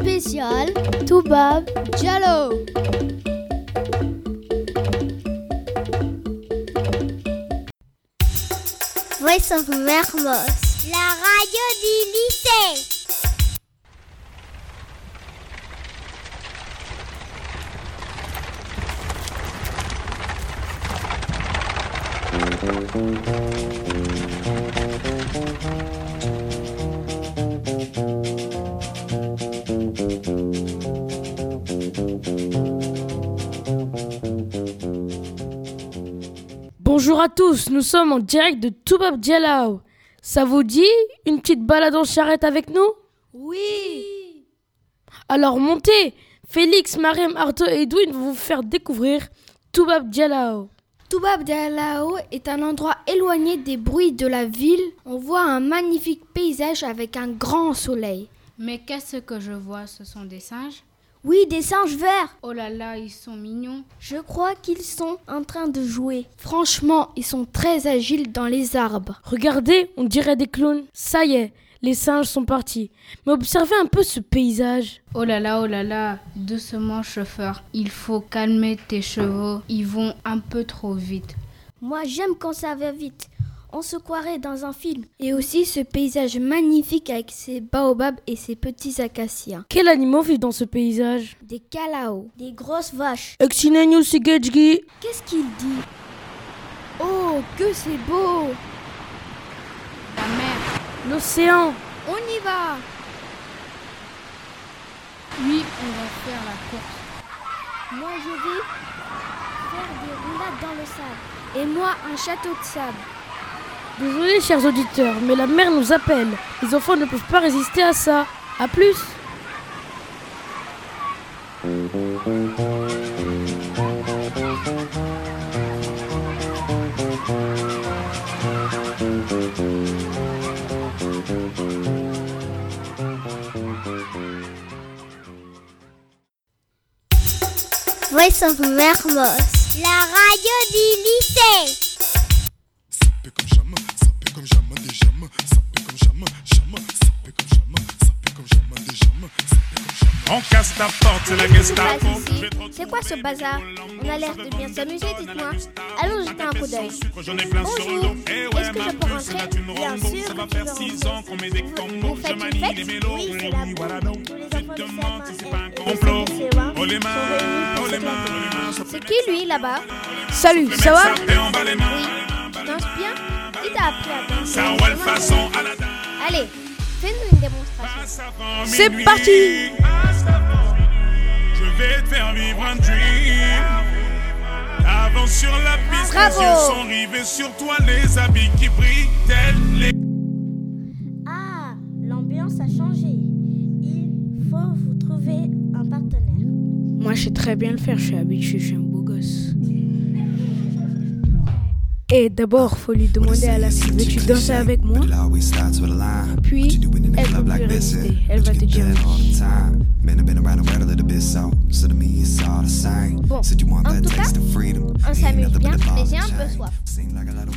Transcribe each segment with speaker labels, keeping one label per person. Speaker 1: Spécial
Speaker 2: Toubab
Speaker 1: Jallo.
Speaker 3: Voice of Mermos.
Speaker 4: La radio du lycée.
Speaker 2: Bonjour à tous, nous sommes en direct de Toubab Dialao. Ça vous dit une petite balade en charrette avec nous
Speaker 1: Oui.
Speaker 2: Alors montez Félix, Mariam, Arto et Edwin vont vous faire découvrir Toubab Dialao.
Speaker 1: Toubab Dialao est un endroit éloigné des bruits de la ville. On voit un magnifique paysage avec un grand soleil.
Speaker 5: Mais qu'est-ce que je vois Ce sont des singes
Speaker 1: Oui, des singes verts.
Speaker 5: Oh là là, ils sont mignons.
Speaker 1: Je crois qu'ils sont en train de jouer. Franchement, ils sont très agiles dans les arbres.
Speaker 2: Regardez, on dirait des clowns. Ça y est, les singes sont partis. Mais observez un peu ce paysage.
Speaker 5: Oh là là, oh là là, doucement chauffeur. Il faut calmer tes chevaux. Ils vont un peu trop vite.
Speaker 3: Moi, j'aime quand ça va vite. On se croirait dans un film.
Speaker 1: Et aussi ce paysage magnifique avec ses baobabs et ses petits acacias.
Speaker 2: Quels animaux vivent dans ce paysage
Speaker 1: Des calaos.
Speaker 3: Des grosses vaches.
Speaker 1: Qu'est-ce qu'il dit Oh, que c'est beau
Speaker 5: La mer.
Speaker 2: L'océan
Speaker 1: On y va
Speaker 5: Oui, on va faire la course.
Speaker 3: Moi, je vais faire des roulades dans le sable.
Speaker 1: Et moi, un château de sable.
Speaker 2: Désolé chers auditeurs, mais la mer nous appelle. Les enfants ne peuvent pas résister à ça. A plus
Speaker 3: Voice of Mermos.
Speaker 4: La radio du lycée.
Speaker 6: sapé comme jamais, sapé comme jamais des jamais, sapé comme jamais, jamais, sapé comme jamais, sapé comme jamais des jamais, sapé comme jamais.
Speaker 7: On casse ta porte, c'est la Gestapo.
Speaker 3: C'est quoi ce bazar On a l'air de bien s'amuser, dites-moi. Allons jeter un coup d'œil.
Speaker 7: J'en ai plein sur le
Speaker 3: Bonjour.
Speaker 7: dos. Eh ouais,
Speaker 3: Est-ce que
Speaker 7: ma
Speaker 3: je peux
Speaker 7: puce,
Speaker 3: rentrer
Speaker 7: là, tu nous
Speaker 3: Bien
Speaker 7: rembourses.
Speaker 3: sûr
Speaker 7: Ça va
Speaker 3: que
Speaker 7: faire
Speaker 3: je peux
Speaker 7: six ans qu'on met des
Speaker 3: Vous
Speaker 7: combos. Je
Speaker 3: faites une
Speaker 7: manie des
Speaker 3: fête
Speaker 7: mélos.
Speaker 3: Oui, c'est
Speaker 7: Oui, voilà
Speaker 3: la
Speaker 7: donc.
Speaker 3: boum. Tous les
Speaker 7: Tu
Speaker 3: enfants
Speaker 7: te
Speaker 3: du
Speaker 7: demandes si c'est pas un
Speaker 3: CM1 et
Speaker 7: complot.
Speaker 3: du hein. CM1
Speaker 7: Oh les mains,
Speaker 3: sont
Speaker 7: oh les
Speaker 3: venus
Speaker 7: mains.
Speaker 3: C'est qui lui là-bas
Speaker 2: Salut, ça va
Speaker 7: Et on va les mains.
Speaker 3: Tu danses bien Qui t'a appris à danser
Speaker 7: Ça ouais, le façon à la dame.
Speaker 3: Allez, fais-nous une démonstration.
Speaker 7: Passe avant
Speaker 2: C'est
Speaker 7: minuit.
Speaker 2: parti.
Speaker 7: Passe avant minuit. Je vais te faire vivre un dream. Avant sur la piste,
Speaker 3: Bravo.
Speaker 7: les yeux sont rivés sur toi, les habits qui brillent tels les
Speaker 3: Ah, l'ambiance a changé. Il faut vous trouver un partenaire.
Speaker 8: Moi, je sais très bien le faire, je suis habitué, je suis un beau gosse. Et d'abord, faut lui demander à la fille, veux-tu danser avec moi Puis, elle va plus résister, elle va te dire oui.
Speaker 3: Bon, en tout cas, on s'amuse bien, mais j'ai un peu soif.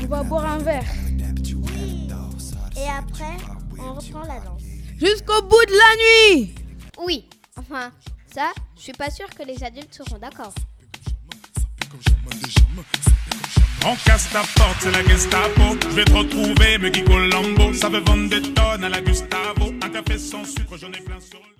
Speaker 8: On va boire un verre.
Speaker 3: Et après, on reprend la danse.
Speaker 8: Jusqu'au bout de la nuit
Speaker 3: Oui, enfin, ça, je suis pas sûre que les adultes seront d'accord.
Speaker 7: On casse ta porte, c'est la Gestapo. Je vais te retrouver, me Guy Colombo. Ça veut vendre des tonnes à la Gustavo. Un café sans sucre, j'en ai plein sur le.